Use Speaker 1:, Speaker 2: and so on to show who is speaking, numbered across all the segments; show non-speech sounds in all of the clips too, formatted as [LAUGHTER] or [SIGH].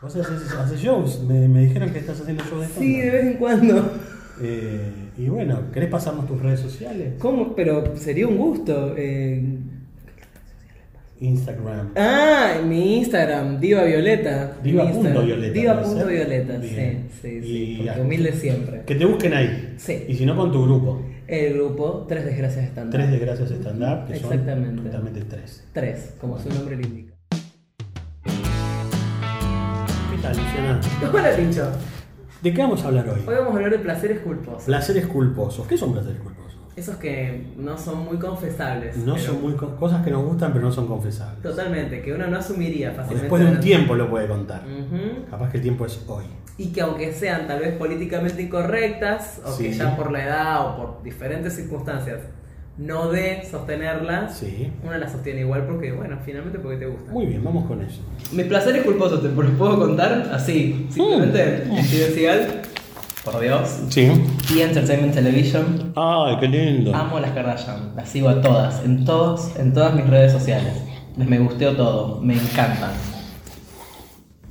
Speaker 1: Vos haces, haces shows, me, me dijeron que estás haciendo shows de
Speaker 2: Sí, de
Speaker 1: stand-up.
Speaker 2: vez en cuando.
Speaker 1: Eh, y bueno, ¿querés pasarnos tus redes sociales?
Speaker 2: ¿Cómo? Pero sería un gusto. eh.
Speaker 1: Instagram.
Speaker 2: Ah, mi Instagram, Diva Violeta. Mi
Speaker 1: Diva punto
Speaker 2: Instagram,
Speaker 1: Violeta,
Speaker 2: Diva
Speaker 1: ¿puede
Speaker 2: punto
Speaker 1: ser?
Speaker 2: Violeta,
Speaker 1: Bien.
Speaker 2: sí, sí,
Speaker 1: Y-
Speaker 2: sí. Porque humilde siempre.
Speaker 1: Que te busquen ahí.
Speaker 2: Sí.
Speaker 1: Y si no, con tu grupo.
Speaker 2: El grupo Tres Desgracias Estándar.
Speaker 1: Tres desgracias stand-up, que son
Speaker 2: Exactamente.
Speaker 1: justamente tres.
Speaker 2: Tres, como su nombre lo indica.
Speaker 1: ¿Qué tal, Luciana?
Speaker 2: Hola, Tincho.
Speaker 1: ¿De qué vamos a hablar hoy?
Speaker 2: Hoy vamos a hablar de placeres culposos.
Speaker 1: Placeres culposos. ¿Qué son placeres culposos?
Speaker 2: Esos que no son muy confesables.
Speaker 1: No
Speaker 2: pero
Speaker 1: son muy co- cosas que nos gustan, pero no son confesables.
Speaker 2: Totalmente, que uno no asumiría
Speaker 1: O
Speaker 2: fácilmente.
Speaker 1: después de un tiempo lo puede contar.
Speaker 2: Ujú.
Speaker 1: Capaz que el tiempo es hoy.
Speaker 2: Y que aunque sean tal vez políticamente incorrectas, o que
Speaker 1: Sí.
Speaker 2: ya por la edad o por diferentes circunstancias no de sostenerlas,
Speaker 1: Sí.
Speaker 2: uno las sostiene igual porque, bueno, finalmente porque te gusta.
Speaker 1: Muy bien, vamos con eso.
Speaker 2: Mis placeres culposos te los puedo contar así, simplemente. Steven Seagal, por Dios.
Speaker 1: Sí.
Speaker 2: Y Entertainment Television.
Speaker 1: Ay, qué lindo.
Speaker 2: Amo las Kardashian, las sigo a todas, en todos, en todas mis redes sociales. Les me gusteo todo, me encantan.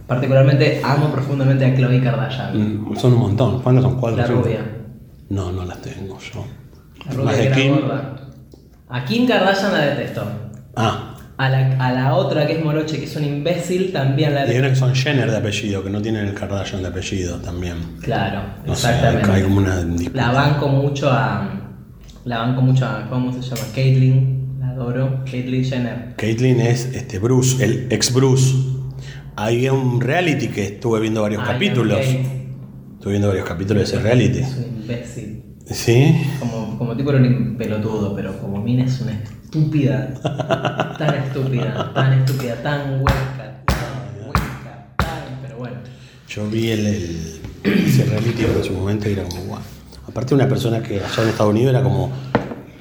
Speaker 2: Particularmente amo profundamente a Khloe Kardashian,
Speaker 1: Mm, Son un montón. ¿Cuántas son? ¿Cuatro?
Speaker 2: la
Speaker 1: cinco?
Speaker 2: rubia.
Speaker 1: No, no las tengo yo.
Speaker 2: La rubia que era gorda. A Kim Kardashian la detesto.
Speaker 1: Ah,
Speaker 2: A la, a la otra que es Moroche, que es un imbécil, también la
Speaker 1: y hay
Speaker 2: detesto.
Speaker 1: una que son Jenner de apellido, que no tienen el Kardashian de apellido también.
Speaker 2: Claro,
Speaker 1: No sé,
Speaker 2: exactamente.
Speaker 1: hay como una disputa.
Speaker 2: La banco mucho a. La banco mucho a. ¿Cómo se llama? Caitlyn. La adoro. Caitlyn Jenner.
Speaker 1: Caitlyn es este Bruce, el ex Bruce. Hay un reality que estuve viendo varios
Speaker 2: I am
Speaker 1: capítulos.
Speaker 2: Kate.
Speaker 1: Estuve viendo varios capítulos de ese reality.
Speaker 2: Es un imbécil.
Speaker 1: Sí.
Speaker 2: Como, como tipo era un pelotudo, pero como mina es una estúpida. tan estúpida, tan estúpida, tan hueca, tan hueca, tan. Pero bueno.
Speaker 1: Yo vi el, el- ese reality en su momento y era como guau. Aparte una persona que allá en Estados Unidos era como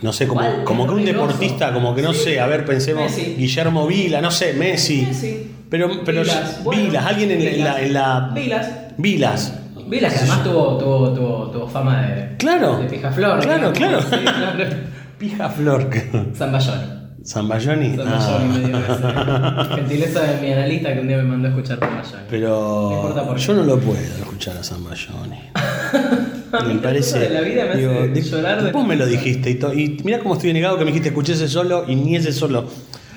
Speaker 1: no sé, como,
Speaker 2: ¿Cuál?
Speaker 1: como que un
Speaker 2: Ruidoso.
Speaker 1: deportista, como que no sé, a ver, pensemos,
Speaker 2: Messi.
Speaker 1: Guillermo Vila, no sé, Messi.
Speaker 2: Messi.
Speaker 1: Pero, pero
Speaker 2: Vilas,
Speaker 1: Vilas,
Speaker 2: bueno,
Speaker 1: alguien en, en la, en la-
Speaker 2: Vilas.
Speaker 1: Vilas.
Speaker 2: Vilas que además tuvo, tuvo, tuvo, tuvo fama de.
Speaker 1: Claro.
Speaker 2: De pijaflor.
Speaker 1: Claro,
Speaker 2: digamos.
Speaker 1: claro.
Speaker 2: Sí, claro.
Speaker 1: Pija Flor. [LAUGHS]
Speaker 2: Zamballoni.
Speaker 1: Zambayoni.
Speaker 2: Zamballoni
Speaker 1: Ah.
Speaker 2: me dio ese. Gentileza de mi analista que un día me mandó a escuchar Zamballoni.
Speaker 1: Pero
Speaker 2: No importa por
Speaker 1: yo
Speaker 2: qué.
Speaker 1: no lo puedo escuchar a Zambayoni.
Speaker 2: A mí
Speaker 1: Me
Speaker 2: esta
Speaker 1: parece.
Speaker 2: cosa de la vida me
Speaker 1: digo,
Speaker 2: hace
Speaker 1: de-
Speaker 2: llorar de
Speaker 1: Vos me lo
Speaker 2: risa.
Speaker 1: dijiste. Y, to- y mirá cómo estoy negado que me dijiste, escuché ese solo y ni ese solo.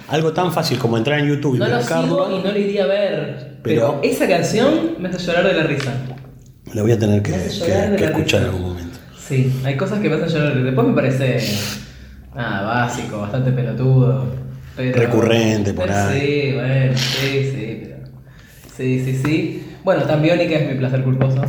Speaker 1: Algo tan fácil como entrar en YouTube y
Speaker 2: No lo
Speaker 1: buscarlo.
Speaker 2: sigo y no lo iría a ver.
Speaker 1: Pero-
Speaker 2: Pero, esa canción me hace llorar de la risa.
Speaker 1: Lo voy a tener que,
Speaker 2: Me hace
Speaker 1: que-
Speaker 2: llorar de
Speaker 1: que
Speaker 2: la
Speaker 1: escuchar en
Speaker 2: risa.
Speaker 1: algún momento.
Speaker 2: Sí, hay cosas que me hacen llorar. Después me parece. Ah, básico, bastante pelotudo. pero-
Speaker 1: Recurrente, por
Speaker 2: pero
Speaker 1: ahí.
Speaker 2: Sí, bueno, sí, sí. Pero... Sí, sí, sí. Bueno, Tambiónica es mi placer culposo.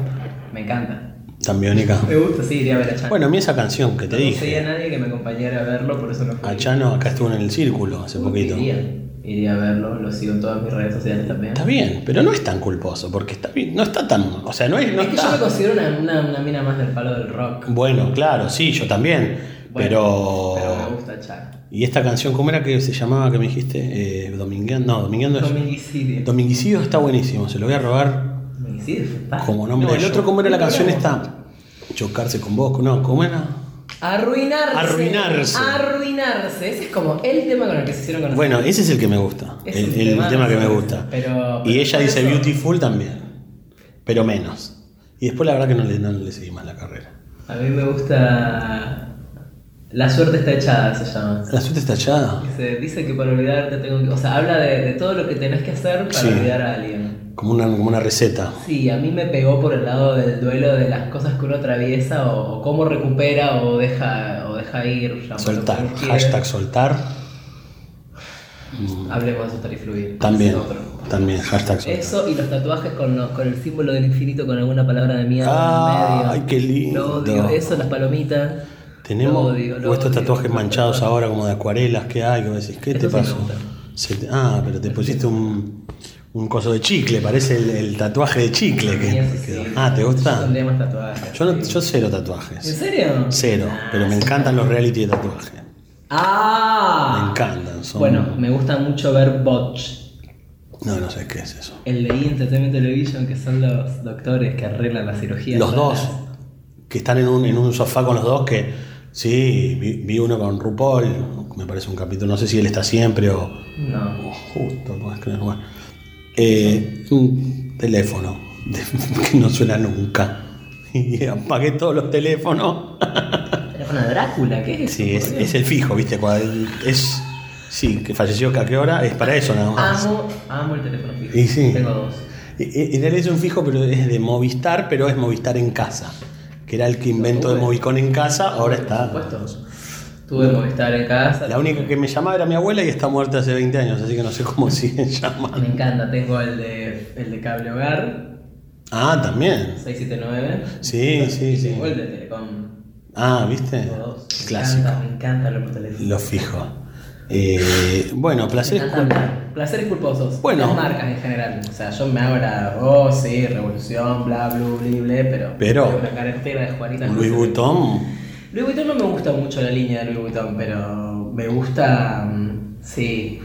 Speaker 2: Me encanta.
Speaker 1: Tan biónica.
Speaker 2: Me gusta, sí, iría a ver a Chan.
Speaker 1: Bueno, a mí esa canción que te
Speaker 2: no conseguía
Speaker 1: dije.
Speaker 2: a nadie que me acompañara a verlo, por eso no fui.
Speaker 1: A Chano acá estuvo en el círculo hace poquito.
Speaker 2: Iría, iría a verlo, lo sigo en todas mis redes sociales también.
Speaker 1: Está bien, pero no es tan culposo, porque está bien, no está tan. O sea, no es. No
Speaker 2: Es que yo me
Speaker 1: está.
Speaker 2: considero una, una, una mina más del palo del rock.
Speaker 1: Bueno, claro, sí, yo también.
Speaker 2: Bueno,
Speaker 1: pero.
Speaker 2: Pero me gusta Chan.
Speaker 1: Y esta canción, ¿cómo era que se llamaba que me dijiste? Eh, Domingueando. No, Domingueando es.
Speaker 2: Dominicidio.
Speaker 1: Dominguicidio está buenísimo, se lo voy a robar
Speaker 2: Dominicidio es fantástico.
Speaker 1: como nombre.
Speaker 2: No,
Speaker 1: el
Speaker 2: yo-
Speaker 1: otro, ¿cómo era la
Speaker 2: no,
Speaker 1: canción
Speaker 2: no.
Speaker 1: esta? Chocarse con vos, no, ¿cómo era?
Speaker 2: Arruinarse.
Speaker 1: Arruinarse.
Speaker 2: Arruinarse. Ese es como el tema con el que se hicieron conocer.
Speaker 1: Bueno, ese es el que me gusta,
Speaker 2: Es
Speaker 1: el,
Speaker 2: un
Speaker 1: el
Speaker 2: temazo,
Speaker 1: tema que me gusta.
Speaker 2: pero-
Speaker 1: y ella
Speaker 2: pero
Speaker 1: dice
Speaker 2: eso-
Speaker 1: Beautiful también, pero menos. Y después la verdad que no le, no le seguí más la carrera.
Speaker 2: A mí me gusta. La suerte está echada, se llama.
Speaker 1: La suerte está echada,
Speaker 2: Dice, dice que para olvidarte tengo que. O sea, habla de, de todo lo que tenés que hacer para
Speaker 1: Sí.
Speaker 2: olvidar a alguien.
Speaker 1: como una, como una receta.
Speaker 2: Sí, a mí me pegó por el lado del duelo de las cosas que uno atraviesa o, o cómo recupera o deja, o deja ir. llamarlo
Speaker 1: Soltar,
Speaker 2: como quieras.
Speaker 1: hashtag soltar,
Speaker 2: Hablemos de soltar y fluir.
Speaker 1: también,
Speaker 2: Es otro.
Speaker 1: también, hashtag soltar.
Speaker 2: Eso y los tatuajes con, los- con el símbolo del infinito con alguna palabra de mierda
Speaker 1: Ah,
Speaker 2: en medio.
Speaker 1: ay, qué lindo.
Speaker 2: Lo odio. Eso, las palomitas.
Speaker 1: Tenemos
Speaker 2: Lo odio, lo
Speaker 1: estos
Speaker 2: odio.
Speaker 1: tatuajes manchados ahora como de acuarelas que hay, que vos decís, ¿qué
Speaker 2: Eso
Speaker 1: te
Speaker 2: sí me
Speaker 1: pasó?
Speaker 2: gusta.
Speaker 1: Se te- ah, pero te pusiste un, un coso de chicle, parece el, el tatuaje de chicle que
Speaker 2: Mierda,
Speaker 1: que-
Speaker 2: sí.
Speaker 1: Ah, ¿te
Speaker 2: Yo
Speaker 1: gusta?
Speaker 2: tendría más tatuajes.
Speaker 1: Yo, no-
Speaker 2: sí.
Speaker 1: yo cero
Speaker 2: ¿En
Speaker 1: tatuajes.
Speaker 2: serio?
Speaker 1: Cero, pero me encantan los reality de tatuaje.
Speaker 2: ¡Ah!
Speaker 1: Me encantan, son-
Speaker 2: Bueno, me gusta mucho ver Botch.
Speaker 1: No, no sé qué es eso.
Speaker 2: El de E! Entertainment Television, que son los doctores que arreglan la cirugía.
Speaker 1: Los dos, que están en un, en un sofá con los dos que, sí, vi, vi uno con RuPaul, me parece un capítulo, no sé si él está siempre o...
Speaker 2: No.
Speaker 1: Justo, podés creer. Bueno. Eh, un teléfono [LAUGHS] que no suena nunca. [LAUGHS] Y apagué todos los teléfonos. [LAUGHS]
Speaker 2: ¿Teléfono de Drácula? ¿Qué es?
Speaker 1: Sí, es, es el fijo, ¿viste? Cuando es, sí, que falleció que a qué hora, es para eso nada más.
Speaker 2: Amo, amo el teléfono fijo.
Speaker 1: Y sí.
Speaker 2: Tengo dos.
Speaker 1: E- e- En realidad es un fijo, pero es de Movistar, pero es Movistar en casa. Que era el que inventó de
Speaker 2: tuve.
Speaker 1: Movicon en casa, ahora está.
Speaker 2: Por supuesto. Tuve Movistar en casa.
Speaker 1: La única que me llamaba era mi abuela y está muerta hace 20 años, así que no sé cómo [LAUGHS] siguen llamando.
Speaker 2: Me encanta, tengo el de, el de Cable Hogar,
Speaker 1: Ah, también.
Speaker 2: 679.
Speaker 1: Sí, sí, sí.
Speaker 2: Tengo el de Telecom.
Speaker 1: Ah, ¿viste?
Speaker 2: Tengo dos. Me
Speaker 1: Clásico.
Speaker 2: encanta, me encanta hablar por teléfono.
Speaker 1: Lo fijo. Eh, bueno,
Speaker 2: Me
Speaker 1: placer.
Speaker 2: encanta hablar. Placeres culposos.
Speaker 1: Bueno.
Speaker 2: Las marcas en general. O sea, yo me hago la. Oh, sí, revolución, bla, bla, bla, bla, pero.
Speaker 1: Pero-
Speaker 2: tengo Una carretera de Juanitas.
Speaker 1: Louis Vuitton.
Speaker 2: Louis Vuitton no me gusta mucho la línea de Louis Vuitton, pero me gusta. mm, Sí.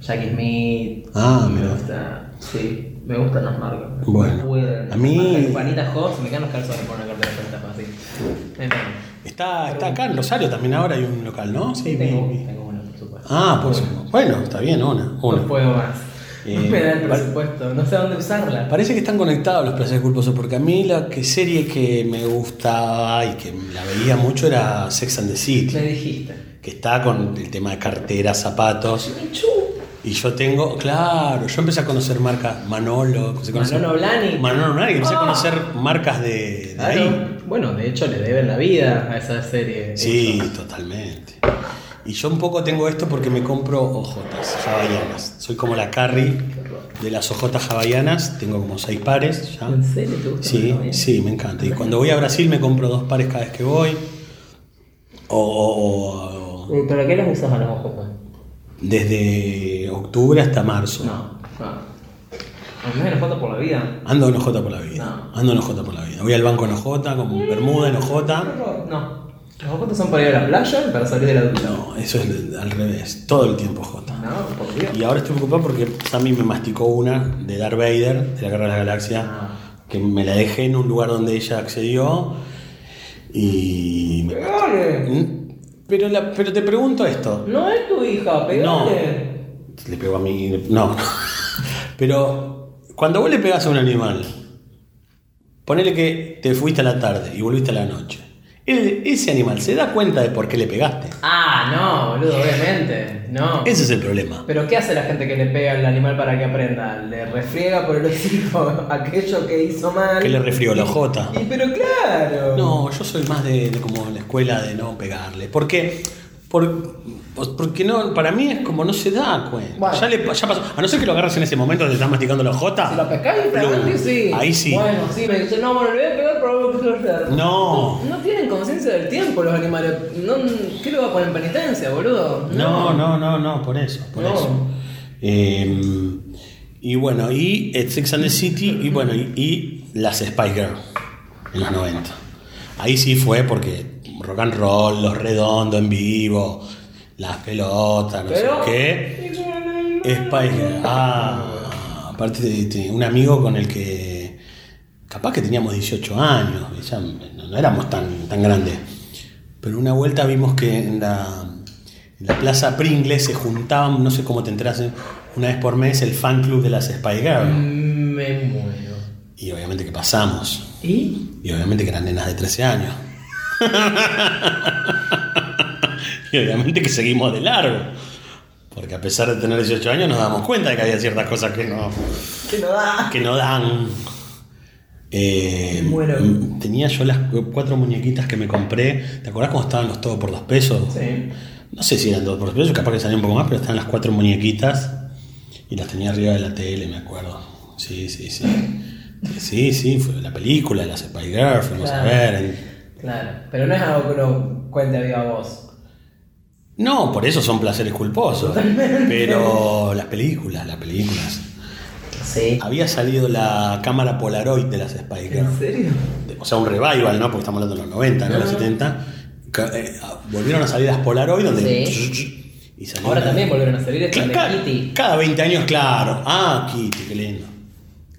Speaker 2: Jackie Smith.
Speaker 1: Ah,
Speaker 2: me
Speaker 1: mira.
Speaker 2: gusta. Sí, me gustan las marcas.
Speaker 1: Bueno,
Speaker 2: No puedo,
Speaker 1: a mí-
Speaker 2: las marcas Juanita Hobbs, me quedan los calzones por una cartera de Juanita Hobbs, sí. Me encanta.
Speaker 1: Está, está acá en Rosario también ahora hay un local, ¿no?
Speaker 2: Sí, tengo,
Speaker 1: vi- vi.
Speaker 2: tengo uno, por supuesto.
Speaker 1: Ah, pues bueno, está bien, una. una.
Speaker 2: No puedo más. No
Speaker 1: Eh,
Speaker 2: me da el presupuesto, no sé dónde usarla.
Speaker 1: Parece que están conectados los placeres culposos, porque a mí la que serie que me gustaba y que la veía mucho era Sex and the
Speaker 2: Me
Speaker 1: City,
Speaker 2: dijiste.
Speaker 1: que está con el tema de carteras, zapatos. Y yo tengo, claro, yo empecé a conocer marcas Manolo, empecé a conocer-
Speaker 2: Manolo Blahnik.
Speaker 1: Manolo Blahnik, empecé a
Speaker 2: Ah.
Speaker 1: conocer marcas de, de
Speaker 2: Claro.
Speaker 1: ahí.
Speaker 2: Bueno, de hecho le deben la vida a esa serie.
Speaker 1: Sí, totalmente. Y yo un poco tengo esto porque me compro ojotas hawaianas. Soy como la Carrie de las ojotas hawaianas, tengo como seis pares ya.
Speaker 2: ¿En serio te gusta?
Speaker 1: Sí,
Speaker 2: Manolo?
Speaker 1: sí, me encanta. Y cuando voy a Brasil me compro dos pares cada vez que voy. O, o- o- o-
Speaker 2: Eh, ¿Para qué los usas a los ojos? pues?
Speaker 1: desde octubre hasta marzo.
Speaker 2: No, no. A mí me enojó por la vida.
Speaker 1: Ando en OJ por la vida. Ando en OJ por la vida. Voy al banco en OJ, con bermuda en OJ.
Speaker 2: No. Los ojos son para ir a la playa y para salir de la ducha.
Speaker 1: No, eso es al revés. Todo el tiempo OJ.
Speaker 2: No, por Dios.
Speaker 1: Y ahora estoy preocupado porque Sammy me masticó una de Darth Vader, de la Guerra de la Galaxia,
Speaker 2: Ah.
Speaker 1: que me la dejé en un lugar donde ella accedió. Y. me-
Speaker 2: ¡Pegale!
Speaker 1: Mm, Pero, la- pero te pregunto esto.
Speaker 2: No es tu hija, pegale.
Speaker 1: Le pego a mí. No. Pero cuando vos le pegás a un animal, ponele que te fuiste a la tarde y volviste a la noche. el- ese animal se da cuenta de por qué le pegaste.
Speaker 2: Ah, no, boludo, obviamente. No.
Speaker 1: Ese es el problema.
Speaker 2: Pero ¿qué hace la gente que le pega al animal para que aprenda? Le refriega por el hocico [LAUGHS] aquello que hizo mal.
Speaker 1: Que le refrió la ojota.
Speaker 2: Y pero claro.
Speaker 1: No, yo soy más de, de como la escuela de no pegarle. Porque, por, porque no, para mí es como no se da cuenta.
Speaker 2: Bueno.
Speaker 1: Ya, le, ya pasó. A no ser que lo agarras en ese momento donde estás masticando la jota.
Speaker 2: Si lo pescás y
Speaker 1: plum.
Speaker 2: flagrante, sí.
Speaker 1: Ahí sí.
Speaker 2: Bueno, sí, me dice, no, bueno, le voy a pegar por algo que quiero hacer.
Speaker 1: No.
Speaker 2: No tienen conciencia del tiempo los animales. No, ¿Qué lo va a poner en penitencia, boludo?
Speaker 1: No, no, no, no, por eso. Por
Speaker 2: No.
Speaker 1: eso. Eh, y bueno, y eh, Sex and the City, y bueno, y, y las Spice Girls en los 90. Ahí sí fue porque rock and roll, los redondos en vivo, las pelotas, no
Speaker 2: Pero.
Speaker 1: sé qué. Spice Girl. Ah, aparte de, de un amigo con el que capaz que teníamos 18 años, ya no, no éramos tan, tan grandes. Pero una vuelta vimos que en la, en la Plaza Pringle se juntaban, no sé cómo te enteras, eh, una vez por mes el fan club de las Spice Girls.
Speaker 2: Me muero.
Speaker 1: Y obviamente que pasamos.
Speaker 2: ¿Y?
Speaker 1: Y obviamente que eran nenas de 13 años. [LAUGHS] y obviamente que seguimos de largo. Porque a pesar de tener 18 años nos damos cuenta de que había ciertas cosas que no,
Speaker 2: ¿Qué no da?
Speaker 1: que no dan. Eh,
Speaker 2: Me muero.
Speaker 1: m- Tenía yo las cu- cuatro muñequitas que me compré. ¿Te acordás cómo estaban los todos por dos pesos?
Speaker 2: Sí.
Speaker 1: No sé si eran todos por dos pesos, capaz que salían un poco más, pero estaban las cuatro muñequitas y las tenía arriba de la tele, me acuerdo. Sí, sí, sí. Sí, sí, fue la película, las Spy Girls, fuimos a
Speaker 2: Claro.
Speaker 1: ver. en-
Speaker 2: Claro. Pero no es algo que uno cuente a viva voz.
Speaker 1: No, por eso son placeres culposos. Pero las películas, las películas.
Speaker 2: Sí.
Speaker 1: Había salido la cámara Polaroid de las Spy Girls.
Speaker 2: ¿En serio?
Speaker 1: o sea, un revival, ¿no? Porque estamos hablando de los 90, ¿no? Los 70. Ca- eh, ah, volvieron a salir las Polaroid donde. Y salió
Speaker 2: Ahora
Speaker 1: la-
Speaker 2: también volvieron a salir esta
Speaker 1: Cla-
Speaker 2: de
Speaker 1: ca-
Speaker 2: Kitty.
Speaker 1: Cada 20 años, claro. Ah, Kitty, qué lindo.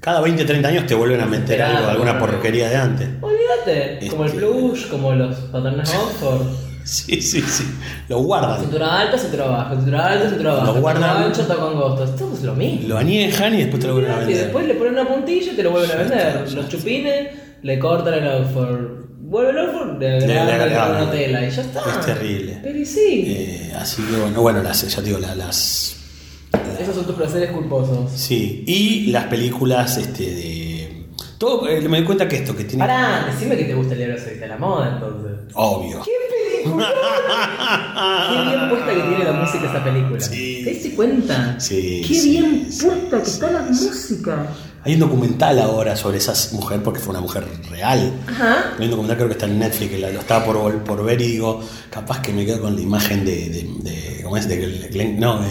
Speaker 1: Cada 20, 30 años te vuelven a meter
Speaker 2: Desesperado,
Speaker 1: algo, alguna
Speaker 2: boludo.
Speaker 1: porquería de antes.
Speaker 2: Olvídate. Como el
Speaker 1: Este-
Speaker 2: plush, como los patrones Oxford.
Speaker 1: Sí, sí, sí. Lo guardan.
Speaker 2: Cintura alta, cintura baja, cintura alta, cintura baja.
Speaker 1: Lo guardan.
Speaker 2: Cintura ancha, taco angosto. Esto es lo mismo.
Speaker 1: Lo añejan y después te lo vuelven a
Speaker 2: Y
Speaker 1: vender.
Speaker 2: después le ponen una puntilla y te lo vuelven a
Speaker 1: está,
Speaker 2: vender.
Speaker 1: ya
Speaker 2: Los
Speaker 1: está.
Speaker 2: chupines, le cortan el outford. Vuelve el outford, le agregan le
Speaker 1: agregan.
Speaker 2: agregan una tela y ya está.
Speaker 1: Es terrible.
Speaker 2: Pero y sí.
Speaker 1: Eh, así que bueno, bueno, las, ya te digo, la- las.
Speaker 2: Esos son tus placeres culposos.
Speaker 1: Sí. Y las películas este, de. Todo, eh, me doy cuenta que esto que tiene.
Speaker 2: Pará, decime que te gusta el libro de la moda entonces.
Speaker 1: Obvio.
Speaker 2: ¡Qué
Speaker 1: [LAUGHS]
Speaker 2: película! ¡Qué bien puesta que tiene la música esta película!
Speaker 1: Sí.
Speaker 2: ¿Te diste cuenta?
Speaker 1: Sí,
Speaker 2: ¡Qué
Speaker 1: sí,
Speaker 2: bien
Speaker 1: sí,
Speaker 2: puesta que
Speaker 1: sí,
Speaker 2: está la
Speaker 1: sí.
Speaker 2: música!
Speaker 1: Hay un documental ahora sobre esa mujer porque fue una mujer real.
Speaker 2: Ajá.
Speaker 1: Hay un documental creo que está en Netflix, que la- lo estaba por, vol- por ver y digo, capaz que me quedo con la imagen de. de, de- ¿Cómo es? De Glenn- Glenn- no, eh,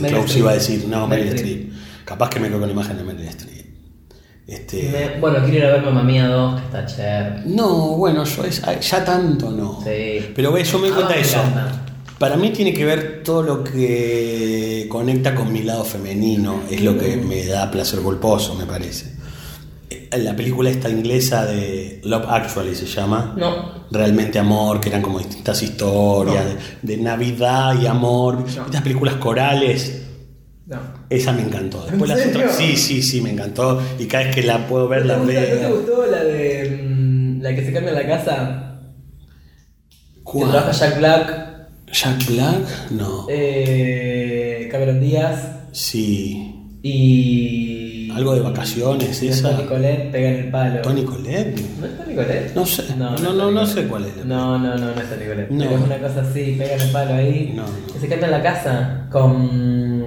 Speaker 2: Meryl
Speaker 1: Klaus
Speaker 2: Streep.
Speaker 1: iba a decir, no, Meryl
Speaker 2: Meryl
Speaker 1: Streep. Capaz que me quedo con la imagen de Meryl Streep. Este,
Speaker 2: Me- bueno, quiero ir a ver Mamma Mía 2, que está chévere.
Speaker 1: No, bueno, yo es- ay, ya tanto no.
Speaker 2: Sí.
Speaker 1: Pero ve, yo me doy
Speaker 2: Ah,
Speaker 1: cuenta de
Speaker 2: me
Speaker 1: eso.
Speaker 2: encanta.
Speaker 1: Para mí tiene que ver todo lo que conecta con mi lado femenino, es lo
Speaker 2: Mm.
Speaker 1: que me da placer culposo, me parece. La película esta inglesa de Love Actually se llama.
Speaker 2: No.
Speaker 1: Realmente amor, que eran como distintas historias
Speaker 2: Ah.
Speaker 1: de, de Navidad y amor.
Speaker 2: No.
Speaker 1: Estas películas corales,
Speaker 2: No.
Speaker 1: esa me encantó.
Speaker 2: ¿En
Speaker 1: Después las
Speaker 2: serio?
Speaker 1: otras, sí, sí, sí, me encantó. Y cada vez que la puedo ver, la
Speaker 2: ¿No te gusta- ¿No te
Speaker 1: veo.
Speaker 2: gustó la de. mm, la que se cambia la casa? Que
Speaker 1: ¿Cuál?
Speaker 2: trabaja Jack Black,
Speaker 1: Jack Black, no.
Speaker 2: eh, Cameron Díaz
Speaker 1: Sí.
Speaker 2: y.
Speaker 1: Algo de vacaciones,
Speaker 2: y
Speaker 1: esa.
Speaker 2: Tony Colette pegan el palo.
Speaker 1: Tony Colette.
Speaker 2: ¿No es Tony Colette?
Speaker 1: No sé. No,
Speaker 2: es
Speaker 1: no,
Speaker 2: Toni
Speaker 1: no
Speaker 2: Collette.
Speaker 1: sé cuál es la-
Speaker 2: No, no, no, no es Tony Colette.
Speaker 1: No.
Speaker 2: Pero es una cosa así, pegan el palo ahí.
Speaker 1: No, no.
Speaker 2: Que se cambia la casa con.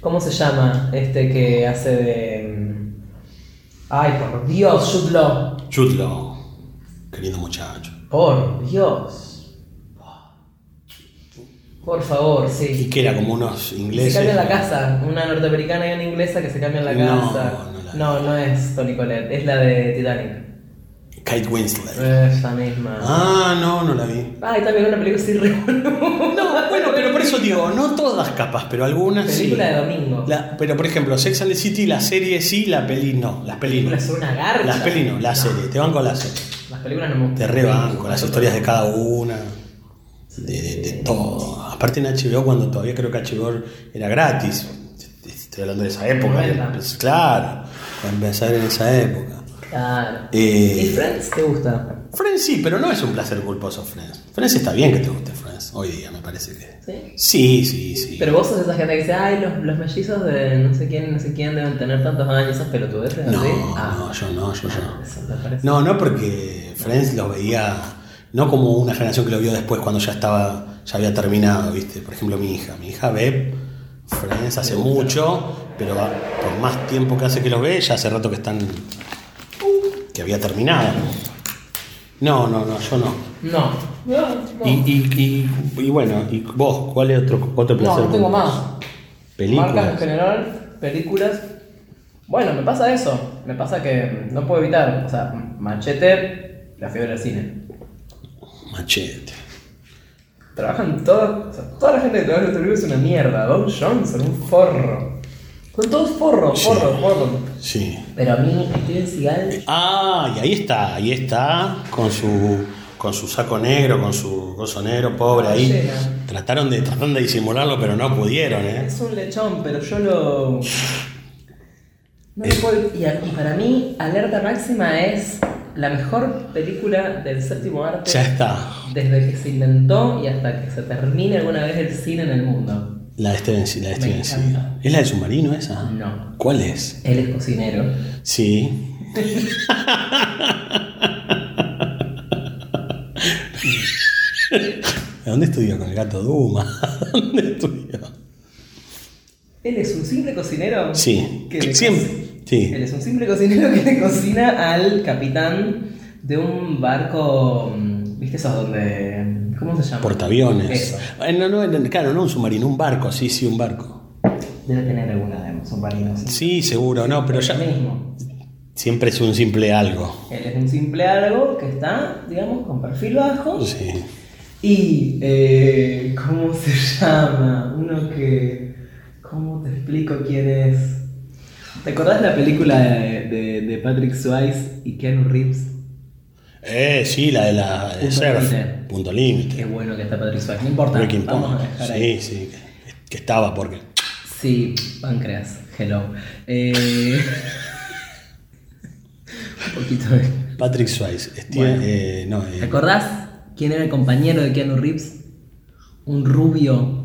Speaker 2: ¿Cómo se llama? Este que hace de. mm? Ay, por Dios, Jude Law.
Speaker 1: Jude Law. Querido muchacho.
Speaker 2: Por Dios. Por favor,
Speaker 1: Y
Speaker 2: sí.
Speaker 1: que era como unos
Speaker 2: Se
Speaker 1: ingleses.
Speaker 2: cambian la casa. Una norteamericana y una inglesa que se cambian la
Speaker 1: No,
Speaker 2: casa.
Speaker 1: no la-
Speaker 2: No, no es Tony Colette, es la de Titanic.
Speaker 1: Kate Winslet.
Speaker 2: Esa misma.
Speaker 1: Ah, no, no la vi.
Speaker 2: Ay, también una película así re [LAUGHS] No,
Speaker 1: Bueno, pero por eso digo, no todas capas, pero algunas sí.
Speaker 2: Película de domingo.
Speaker 1: La- pero por ejemplo, Sex and the City, la serie sí, la peli no. Las peli no.
Speaker 2: películas son una garcha.
Speaker 1: Las peli no, la serie. Te van con la serie.
Speaker 2: Las películas no me
Speaker 1: Te
Speaker 2: gustan.
Speaker 1: reban con las historias de cada una, de, de- de todo. Aparte en HBO, cuando todavía creo que HBO era gratis. Estoy hablando de esa época.
Speaker 2: Noventa.
Speaker 1: Pues, claro, para empezar en esa época.
Speaker 2: Claro. ¿Y
Speaker 1: Eh,
Speaker 2: Friends te gusta?
Speaker 1: Friends sí, pero no es un placer culposo Friends. Friends está bien que te guste Friends, hoy día me parece que...
Speaker 2: Sí.
Speaker 1: Sí, sí, sí.
Speaker 2: Pero vos sos esa gente que dice, ay, los, los mellizos de no sé quién, no sé quién deben tener tantos años, esas pelotudeces
Speaker 1: no,
Speaker 2: así. Ah,
Speaker 1: no, yo no, yo no.
Speaker 2: Eso me parece.
Speaker 1: No, no porque Friends lo veía no como una generación que lo vio después cuando ya estaba, ya había terminado, ¿viste? Por ejemplo, mi hija. Mi hija ve Friends hace mucho, pero a- por más tiempo que hace que los ve, ya hace rato que están. que había terminado. No, no, no, yo no.
Speaker 2: No. No, no.
Speaker 1: Y, y- y- y bueno, ¿y vos? ¿Cuál es otro, otro
Speaker 2: No,
Speaker 1: placer?
Speaker 2: no tengo
Speaker 1: culposo?
Speaker 2: más. Marcas en
Speaker 1: Películas.
Speaker 2: general, películas. Bueno, me pasa eso. Me pasa que no puedo evitar. O sea, Machete, la fiebre del cine.
Speaker 1: Machete.
Speaker 2: Trabajan todos. O sea, toda la gente que trabaja en este libro es una mierda. Don Johnson, un forro. Son todos forros,
Speaker 1: Sí.
Speaker 2: forros, forros.
Speaker 1: Sí.
Speaker 2: Pero a mí, Steven Seagal.
Speaker 1: Ah, y ahí está, ahí está, con su, con su saco negro, con su gozo negro, pobre ahí.
Speaker 2: Llega.
Speaker 1: Trataron de, trataron de disimularlo, pero no pudieron, ¿eh?
Speaker 2: Es un lechón, pero yo lo. No lo puedo. Y, a- y para mí, Alerta Máxima es la mejor película del séptimo arte.
Speaker 1: Ya está.
Speaker 2: Desde que se inventó y hasta que se termine alguna vez el cine en el mundo.
Speaker 1: La de Steven Seagal, la de Steven
Speaker 2: Me
Speaker 1: Seagal.
Speaker 2: encanta.
Speaker 1: ¿Es la del submarino esa?
Speaker 2: No.
Speaker 1: ¿Cuál es?
Speaker 2: Él es cocinero.
Speaker 1: Sí. ¿A dónde estudió con el gato Duma? [LAUGHS] ¿A dónde estudió?
Speaker 2: Él es un simple cocinero.
Speaker 1: Sí,
Speaker 2: que le
Speaker 1: siempre.
Speaker 2: co-
Speaker 1: Sí.
Speaker 2: Él es un simple cocinero que le cocina al capitán de un barco. mm, ¿Viste eso? Donde. ¿Cómo se llama?
Speaker 1: Portaaviones.
Speaker 2: Eso.
Speaker 1: Eh, no, no, no, claro, no un submarino, un barco, sí, sí, un barco.
Speaker 2: Debe tener alguna de submarinos.
Speaker 1: Sí, seguro, no, pero ya
Speaker 2: mismo.
Speaker 1: siempre es un simple algo.
Speaker 2: Él es un simple algo que está, digamos, con perfil bajo.
Speaker 1: Sí.
Speaker 2: Y, eh, ¿cómo se llama? Uno que... ¿Cómo te explico quién es? ¿Te acordás de la película de, de- de Patrick Swayze y Keanu Reeves?
Speaker 1: Eh, sí, la de la de
Speaker 2: Punto
Speaker 1: surf.
Speaker 2: límite.
Speaker 1: Punto
Speaker 2: Qué
Speaker 1: límite.
Speaker 2: bueno que está Patrick Swayze. No importa.
Speaker 1: Breaking
Speaker 2: Vamos a
Speaker 1: Point.
Speaker 2: dejar
Speaker 1: Sí,
Speaker 2: ahí.
Speaker 1: sí. que- Que estaba porque.
Speaker 2: Sí, páncreas. Hello. Eh, [LAUGHS] un poquito de.
Speaker 1: Patrick Swayze. Steve-
Speaker 2: Bueno.
Speaker 1: eh, no, eh,
Speaker 2: ¿Te acordás quién era el compañero de Keanu Reeves? Un rubio.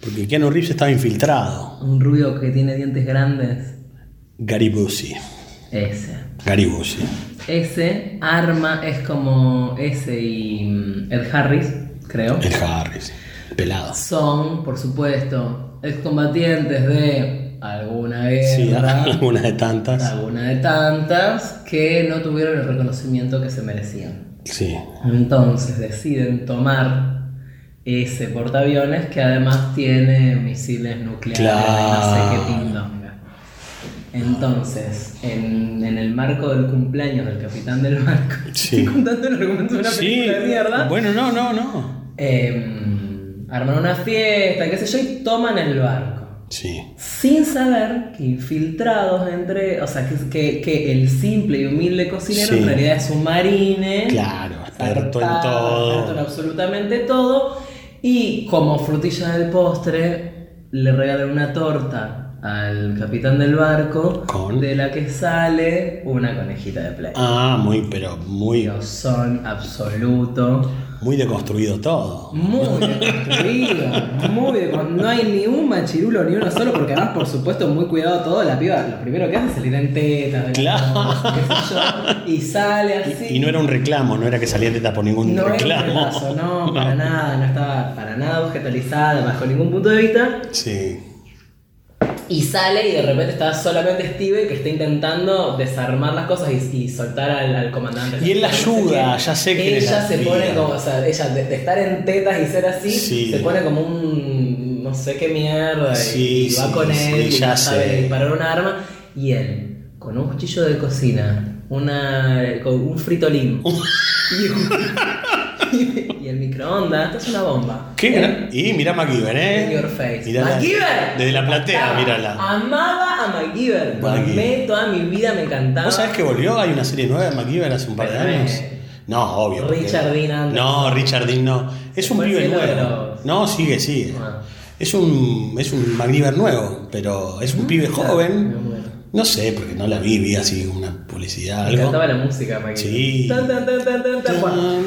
Speaker 1: porque Keanu Reeves estaba infiltrado.
Speaker 2: Un rubio que tiene dientes grandes.
Speaker 1: Gary Busey.
Speaker 2: Ese.
Speaker 1: Gary Busey.
Speaker 2: Ese arma es como ese y mm, Ed Harris, creo.
Speaker 1: El Harris. Pelado.
Speaker 2: Son, por supuesto, excombatientes de alguna
Speaker 1: Sí, [LAUGHS]
Speaker 2: guerra,
Speaker 1: alguna de tantas.
Speaker 2: alguna de tantas, que no tuvieron el reconocimiento que se merecían.
Speaker 1: Sí.
Speaker 2: Entonces deciden tomar ese portaaviones que además tiene misiles nucleares,
Speaker 1: Claro.
Speaker 2: no sé qué pindonga. Entonces, en, en el marco del cumpleaños del capitán del barco, [LAUGHS]
Speaker 1: Sí.
Speaker 2: estoy contando el argumento de una
Speaker 1: Sí.
Speaker 2: película de mierda,
Speaker 1: Bueno, no, no, no.
Speaker 2: eh, arman una fiesta, qué sé yo, y toman el barco.
Speaker 1: Sí.
Speaker 2: Sin saber que infiltrados entre. O sea, que, que- que el simple y humilde cocinero
Speaker 1: Sí.
Speaker 2: en realidad es un marine. [LAUGHS]
Speaker 1: Claro, experto en
Speaker 2: zarpado,
Speaker 1: todo.
Speaker 2: experto en absolutamente todo. Y como frutilla del postre, le regalan una torta al capitán del barco.
Speaker 1: Con-
Speaker 2: De la que sale una conejita de play.
Speaker 1: Ah, muy, pero muy,
Speaker 2: Dios, son absoluto.
Speaker 1: muy deconstruido todo.
Speaker 2: Muy deconstruido, muy deconstruido. No hay ni un machirulo ni uno solo, porque además, por supuesto, muy cuidado todo. La piba lo primero que hace es salir en tetas, de la
Speaker 1: Claro.
Speaker 2: cosa, qué sé yo, y sale así.
Speaker 1: [LAUGHS] Y no era un reclamo, no era que salía teta por ningún
Speaker 2: No era un
Speaker 1: reclamo.
Speaker 2: retraso, no, para nada, no estaba para nada objetalizada bajo ningún punto de vista.
Speaker 1: Sí.
Speaker 2: Y sale y de repente está solamente Steven que está intentando desarmar las cosas y, y soltar al, al comandante.
Speaker 1: Y él la ayuda, ya sé que
Speaker 2: Ella
Speaker 1: la
Speaker 2: se
Speaker 1: ayuda.
Speaker 2: pone como, o sea, ella de, de estar en tetas y ser así,
Speaker 1: Sí.
Speaker 2: se pone como un no sé qué mierda y,
Speaker 1: Sí,
Speaker 2: y va
Speaker 1: sí,
Speaker 2: con
Speaker 1: sí,
Speaker 2: él y
Speaker 1: ya
Speaker 2: no sabe
Speaker 1: sé.
Speaker 2: disparar un arma. Y él, con un cuchillo de cocina, una, con
Speaker 1: [LAUGHS]
Speaker 2: un fritolín y, un- [LAUGHS] y el microondas, esto es una bomba.
Speaker 1: ¿Qué
Speaker 2: Él-
Speaker 1: gran- Y mirá MacGyver, ¿eh?
Speaker 2: In your face.
Speaker 1: Mirá la-
Speaker 2: MacGyver.
Speaker 1: Desde la platea,
Speaker 2: Amaba-
Speaker 1: mírala.
Speaker 2: Amaba a MacGyver. Lo
Speaker 1: MacGyver.
Speaker 2: amé toda mi vida, me encantaba.
Speaker 1: ¿Vos sabés que volvió? Hay una serie nueva de MacGyver hace un par de
Speaker 2: Pero,
Speaker 1: años.
Speaker 2: eh,
Speaker 1: No, obvio. porque-
Speaker 2: Richard Dean Anderson.
Speaker 1: No, Richard Dean no. Es
Speaker 2: Se
Speaker 1: un
Speaker 2: fue al
Speaker 1: pibe
Speaker 2: cielo,
Speaker 1: nuevo.
Speaker 2: pero-
Speaker 1: No, sigue, sigue.
Speaker 2: Ah.
Speaker 1: Es un, es un MacGyver nuevo, pero es un pibe
Speaker 2: me muero.
Speaker 1: joven. No sé, porque no la vi, vi así una publicidad,
Speaker 2: Me
Speaker 1: algo.
Speaker 2: encantaba la música, MacGyver.
Speaker 1: Sí.
Speaker 2: Tan, tan, tan, tan, tan, tan, Juan.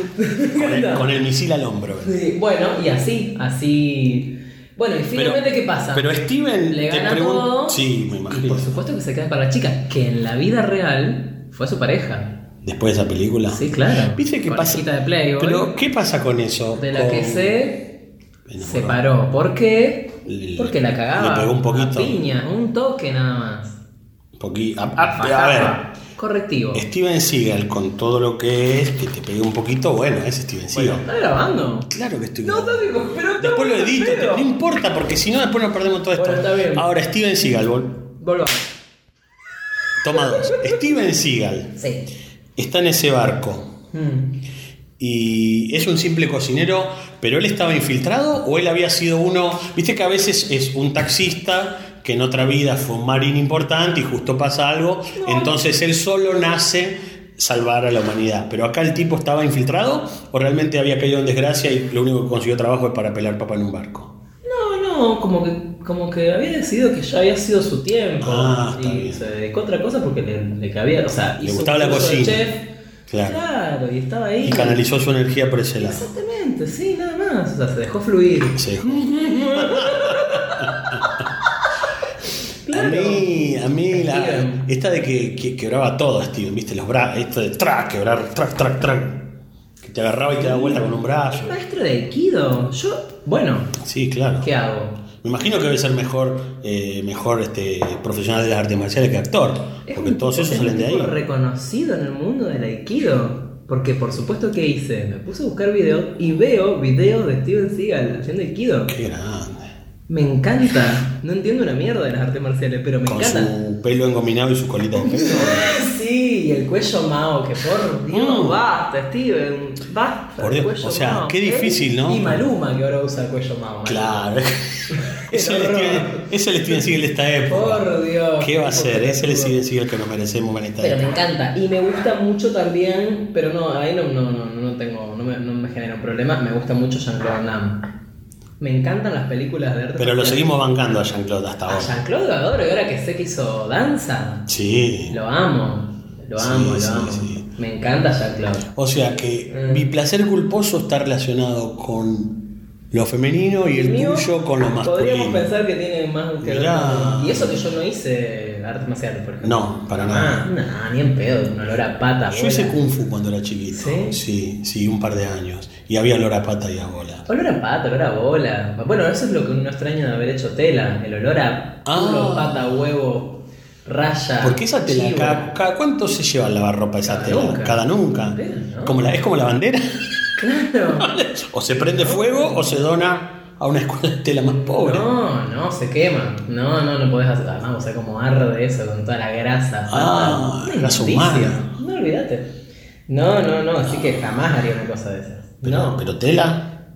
Speaker 1: Con el, con el misil al hombro.
Speaker 2: [LAUGHS] Sí, Bueno, y así, así. Bueno, y finalmente, ¿qué pasa?
Speaker 1: Pero Steven
Speaker 2: Le
Speaker 1: te
Speaker 2: gana
Speaker 1: pregun-
Speaker 2: todo.
Speaker 1: Sí, me
Speaker 2: y
Speaker 1: imagino.
Speaker 2: por supuesto que se queda para la chica, que en la vida real fue su pareja.
Speaker 1: Después de esa película.
Speaker 2: Sí, claro.
Speaker 1: Ah. ¿Viste qué pasa?
Speaker 2: Conejita de Playboy.
Speaker 1: Pero, ¿qué pasa con eso?
Speaker 2: De la
Speaker 1: Con-
Speaker 2: que se
Speaker 1: Me enamoró.
Speaker 2: separó. ¿Por qué?
Speaker 1: Le-
Speaker 2: Porque la cagaba.
Speaker 1: le pegó un poquito.
Speaker 2: a piña, un toque nada más.
Speaker 1: Poqui- a, a-
Speaker 2: Fajaba.
Speaker 1: a
Speaker 2: Correctivo.
Speaker 1: ver, Steven Seagal con todo lo que es, que te pegué un poquito, bueno, es Steven Seagal.
Speaker 2: ¿Está grabando?
Speaker 1: Claro que estoy.
Speaker 2: No, está digo, pero está
Speaker 1: después lo
Speaker 2: bueno,
Speaker 1: edito,
Speaker 2: pero-
Speaker 1: no importa, porque si no, después nos perdemos todo esto.
Speaker 2: Bueno, está bien.
Speaker 1: Ahora, Steven Seagal, vol-
Speaker 2: Volvamos.
Speaker 1: toma dos.
Speaker 2: [LAUGHS]
Speaker 1: Steven Seagal
Speaker 2: Sí.
Speaker 1: está en ese barco
Speaker 2: Mm.
Speaker 1: y es un simple cocinero, pero él estaba infiltrado o él había sido uno, viste que a veces es un taxista que en otra vida fue un marín importante y justo pasa algo, entonces él solo nace salvar a la humanidad, pero acá el tipo estaba infiltrado o realmente había caído en desgracia y lo único que consiguió trabajo es para pelar papa en un barco.
Speaker 2: No, no, como que, como que había decidido que ya había sido su tiempo.
Speaker 1: Ah, está
Speaker 2: y
Speaker 1: bien.
Speaker 2: se dedicó a otra cosa porque le, le cabía. O sea,
Speaker 1: Le
Speaker 2: hizo un
Speaker 1: gustaba la
Speaker 2: curso de
Speaker 1: cocina.
Speaker 2: chef.
Speaker 1: Claro.
Speaker 2: Claro. y estaba ahí.
Speaker 1: Y canalizó su energía por ese lado.
Speaker 2: Exactamente, sí, nada más. O sea, se dejó fluir.
Speaker 1: Se dejó. A mí, a mí la-
Speaker 2: Steven.
Speaker 1: esta de que, que quebraba todo, Steven, viste, los brazos, esto de track, quebrar, track, track, track. Que te agarraba y te daba vuelta con un brazo.
Speaker 2: Maestro de Aikido. Yo, bueno,
Speaker 1: Sí, claro.
Speaker 2: ¿qué hago?
Speaker 1: Me imagino que debe ser mejor, eh, mejor este, profesional de las artes marciales que actor.
Speaker 2: Es
Speaker 1: Porque
Speaker 2: un
Speaker 1: todos
Speaker 2: tipo-
Speaker 1: esos
Speaker 2: es un
Speaker 1: salen de ahí.
Speaker 2: tipo reconocido en el mundo del Aikido. Porque por supuesto que hice, me puse a buscar videos y veo videos de Steven Seagal haciendo Aikido.
Speaker 1: Qué grande.
Speaker 2: Me encanta. No entiendo una mierda de las artes marciales, pero me
Speaker 1: Con
Speaker 2: encanta.
Speaker 1: su pelo engominado y su colita de pelo.
Speaker 2: [LAUGHS] Sí, y el cuello mao, que por Dios,
Speaker 1: Mm.
Speaker 2: basta, Steven, basta.
Speaker 1: Por
Speaker 2: el
Speaker 1: Dios,
Speaker 2: cuello
Speaker 1: o sea, qué difícil, ¿no?
Speaker 2: [LAUGHS] Y Maluma, que ahora usa el cuello mao. Maluma.
Speaker 1: claro. Es el, Steven, es el Steven Seagal de esta época.
Speaker 2: Por Dios.
Speaker 1: ¿Qué va a ser?
Speaker 2: Por
Speaker 1: Es el
Speaker 2: Dios.
Speaker 1: Steven Seagal que nos merecemos en esta
Speaker 2: Pero me
Speaker 1: época.
Speaker 2: encanta. Y me gusta mucho también, pero no, ahí no, no, no, no tengo, no me, no me genera un problema. Me gusta mucho Jean-Claude Nam. Me encantan las películas de arte.
Speaker 1: Pero lo
Speaker 2: marcial.
Speaker 1: seguimos bancando a Jean-Claude hasta
Speaker 2: A
Speaker 1: ahora.
Speaker 2: Jean-Claude lo adoro y ahora que sé que hizo danza.
Speaker 1: Sí.
Speaker 2: Lo amo. Lo
Speaker 1: Sí,
Speaker 2: amo, lo
Speaker 1: sí,
Speaker 2: amo.
Speaker 1: sí.
Speaker 2: Me encanta Jean-Claude.
Speaker 1: O sea que
Speaker 2: Mm.
Speaker 1: mi placer culposo está relacionado con lo femenino y el
Speaker 2: mío,
Speaker 1: tuyo con lo masculino.
Speaker 2: Podríamos pensar que tiene más que ver
Speaker 1: Mirá.
Speaker 2: con- Y eso que yo no hice artes marciales, por ejemplo.
Speaker 1: No, para nada.
Speaker 2: Ah, no, ni en pedo, un olor a pata.
Speaker 1: Yo
Speaker 2: bola.
Speaker 1: hice kung fu cuando era chiquito.
Speaker 2: Ah, ¿Sí?
Speaker 1: Sí, sí, un par de años. Y había olor a pata y a bola.
Speaker 2: Olor a pata, olor a bola. Bueno, eso es lo que uno extraña de haber hecho tela. El olor a
Speaker 1: Ah.
Speaker 2: puro pata, huevo, raya.
Speaker 1: Porque esa tela,
Speaker 2: chivo.
Speaker 1: cada, cada cuánto se lleva al lavarropa esa
Speaker 2: Cada
Speaker 1: tela?
Speaker 2: nunca.
Speaker 1: Cada nunca.
Speaker 2: Pero, ¿no?
Speaker 1: Como la, es como la bandera. [LAUGHS]
Speaker 2: Claro.
Speaker 1: o se prende fuego o se dona a una escuela de tela más pobre.
Speaker 2: No, no, se quema. No, no, no podés hacer. Además, o sea, como arde eso con toda la grasa. pata.
Speaker 1: Ah,
Speaker 2: Una
Speaker 1: grasa
Speaker 2: inmundicia.
Speaker 1: humana.
Speaker 2: No, olvídate. No, no, no, así que jamás haría una cosa de esas.
Speaker 1: Pero,
Speaker 2: no.
Speaker 1: pero tela,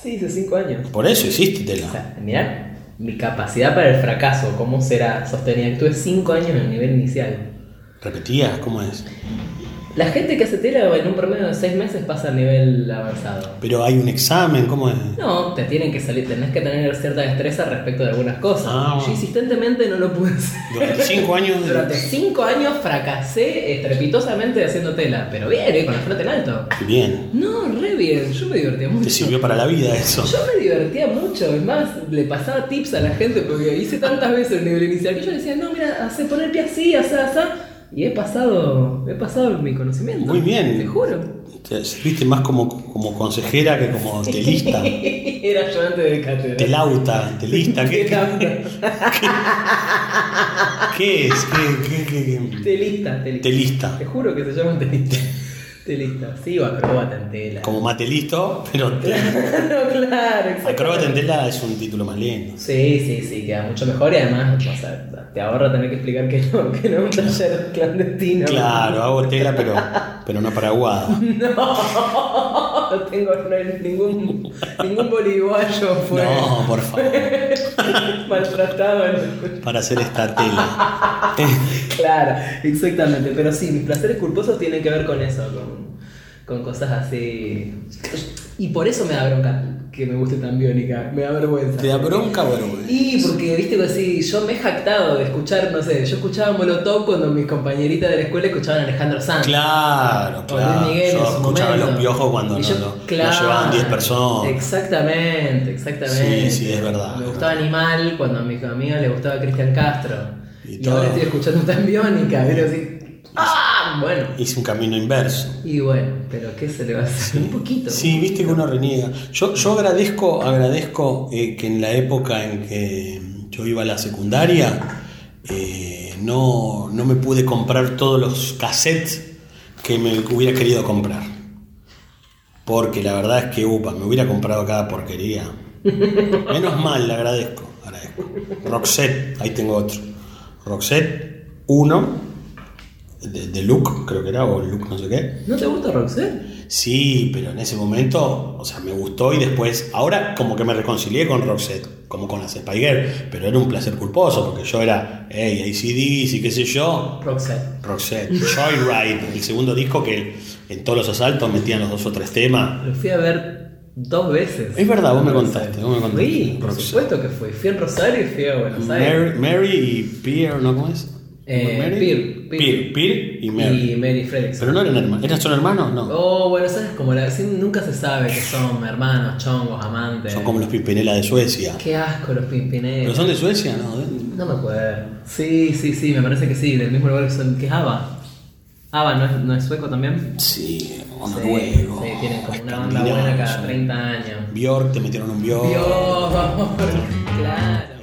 Speaker 2: Sí, hace cinco años.
Speaker 1: por eso hiciste tela.
Speaker 2: O sea, mirá, mi capacidad para el fracaso, cómo será sostenida. Estuve cinco años en el nivel inicial.
Speaker 1: ¿Repetías? ¿Cómo es?
Speaker 2: La gente que hace tela en un promedio de 6 meses pasa al nivel avanzado.
Speaker 1: Pero hay un examen, ¿cómo es?
Speaker 2: No, te tienen que salir, tenés que tener cierta destreza respecto de algunas cosas.
Speaker 1: Ah.
Speaker 2: Yo insistentemente no lo pude hacer.
Speaker 1: Durante cinco años. de-
Speaker 2: Durante 5 años fracasé estrepitosamente haciendo tela, pero bien, ¿eh? con la frente en alto.
Speaker 1: Bien.
Speaker 2: No, re bien, yo me divertía
Speaker 1: Te
Speaker 2: mucho.
Speaker 1: sirvió para la vida eso.
Speaker 2: Yo me divertía mucho, es más, le pasaba tips a la gente porque hice tantas veces el nivel inicial que yo decía, no, mira, hace poner pie así, así, así. Y he pasado, he pasado mi conocimiento.
Speaker 1: Muy bien.
Speaker 2: Te juro.
Speaker 1: Te serviste más como, como consejera que como telista.
Speaker 2: [LAUGHS] Era ayudante de cátedra.
Speaker 1: Telauta, telista.
Speaker 2: [LAUGHS]
Speaker 1: ¿Qué, qué,
Speaker 2: Telauta.
Speaker 1: qué es? ¿Qué- qué- qué- qué?
Speaker 2: Telista, telista.
Speaker 1: Telista.
Speaker 2: Te juro que se llama telista. [LAUGHS] Telista. Sí, o acróbata en tela.
Speaker 1: Como matelisto, pero te-
Speaker 2: [LAUGHS] no, claro, exacto.
Speaker 1: acróbata en tela es un título más lindo.
Speaker 2: Sí, sí, sí, queda mucho mejor y además, o sea, te ahorra tener que explicar que no, que no es un taller clandestino.
Speaker 1: Claro, hago tela, pero, pero no paraguada.
Speaker 2: No, no tengo no hay ningún, ningún boliviano fue
Speaker 1: No, por favor,
Speaker 2: [LAUGHS] maltratado en,
Speaker 1: para hacer esta tela. Eh,
Speaker 2: Claro, exactamente. Pero sí, mis placeres culposos tienen que ver con eso, con, con cosas así. Y por eso me da bronca que me guste tan biónica, me da vergüenza.
Speaker 1: Te da bronca, bro.
Speaker 2: Y porque, viste, que así, yo me he jactado de escuchar, no sé, yo escuchaba Molotov cuando mis compañeritas de la escuela escuchaban a Alejandro Sanz.
Speaker 1: Claro,
Speaker 2: o Luis
Speaker 1: claro.
Speaker 2: Miguel en
Speaker 1: Yo
Speaker 2: su
Speaker 1: escuchaba
Speaker 2: momento.
Speaker 1: los piojos cuando
Speaker 2: Y
Speaker 1: no,
Speaker 2: yo-
Speaker 1: no- no
Speaker 2: claro,
Speaker 1: llevaban 10 personas.
Speaker 2: Exactamente, exactamente.
Speaker 1: Sí, sí, es verdad.
Speaker 2: Me gustaba Animal cuando a mis amigas les gustaba Cristian Castro.
Speaker 1: Y
Speaker 2: Y,
Speaker 1: todo.
Speaker 2: ahora estoy escuchando tan biónica. Pero así, ¡ah! Bueno.
Speaker 1: Hice un camino inverso.
Speaker 2: Y bueno, pero ¿qué se le va a hacer? Un poquito.
Speaker 1: Sí, viste que uno reniega. Yo, yo agradezco, agradezco eh, que en la época en que yo iba a la secundaria eh, no, no me pude comprar todos los cassettes que me hubiera querido comprar. Porque la verdad es que, upa, me hubiera comprado cada porquería. Menos mal, le agradezco. agradezco. Roxette, ahí tengo otro. Roxette 1, de, de Luke, creo que era, o Luke no sé qué.
Speaker 2: ¿No te gusta Roxette?
Speaker 1: Sí, pero en ese momento, o sea, me gustó y después, ahora como que me reconcilié con Roxette, como con las Spiger, pero era un placer culposo porque yo era, hey, ACDC, y qué sé yo,
Speaker 2: Roxette.
Speaker 1: Roxette, Joyride, el segundo disco que en todos los asaltos metían los dos o tres temas.
Speaker 2: Lo fui a ver dos veces.
Speaker 1: Es verdad, vos me
Speaker 2: Roxette.
Speaker 1: contaste, vos me contaste.
Speaker 2: Fui, por
Speaker 1: Roxette.
Speaker 2: supuesto que fui. Fui en Rosario y fui a Buenos
Speaker 1: Mary,
Speaker 2: Aires.
Speaker 1: Mary y Pierre, ¿no? ¿Cómo es?
Speaker 2: Eh,
Speaker 1: Mary?
Speaker 2: Pierre,
Speaker 1: Pierre,
Speaker 2: Pierre.
Speaker 1: Pierre y Mary.
Speaker 2: Y Mary Fredrickson.
Speaker 1: Pero no eran hermanos, ¿eran son hermanos? No.
Speaker 2: Oh, bueno, sabes como la. sí, nunca se sabe que son hermanos, chongos, amantes.
Speaker 1: Son como los Pimpinela de Suecia.
Speaker 2: Qué asco los
Speaker 1: ¿Pero
Speaker 2: pimpineros.
Speaker 1: son de Suecia? No, ¿eh?
Speaker 2: No me acuerdo. Sí, sí, sí, me parece que sí, del mismo lugar que son. que es ABBA? ABBA no es, no es sueco también?
Speaker 1: Sí, o
Speaker 2: sí,
Speaker 1: noruego.
Speaker 2: sí, tienen como una onda
Speaker 1: escandinavo,
Speaker 2: buena cada
Speaker 1: son-
Speaker 2: 30 años.
Speaker 1: Bjork, te metieron un Bjork.
Speaker 2: Dios, [LAUGHS] claro.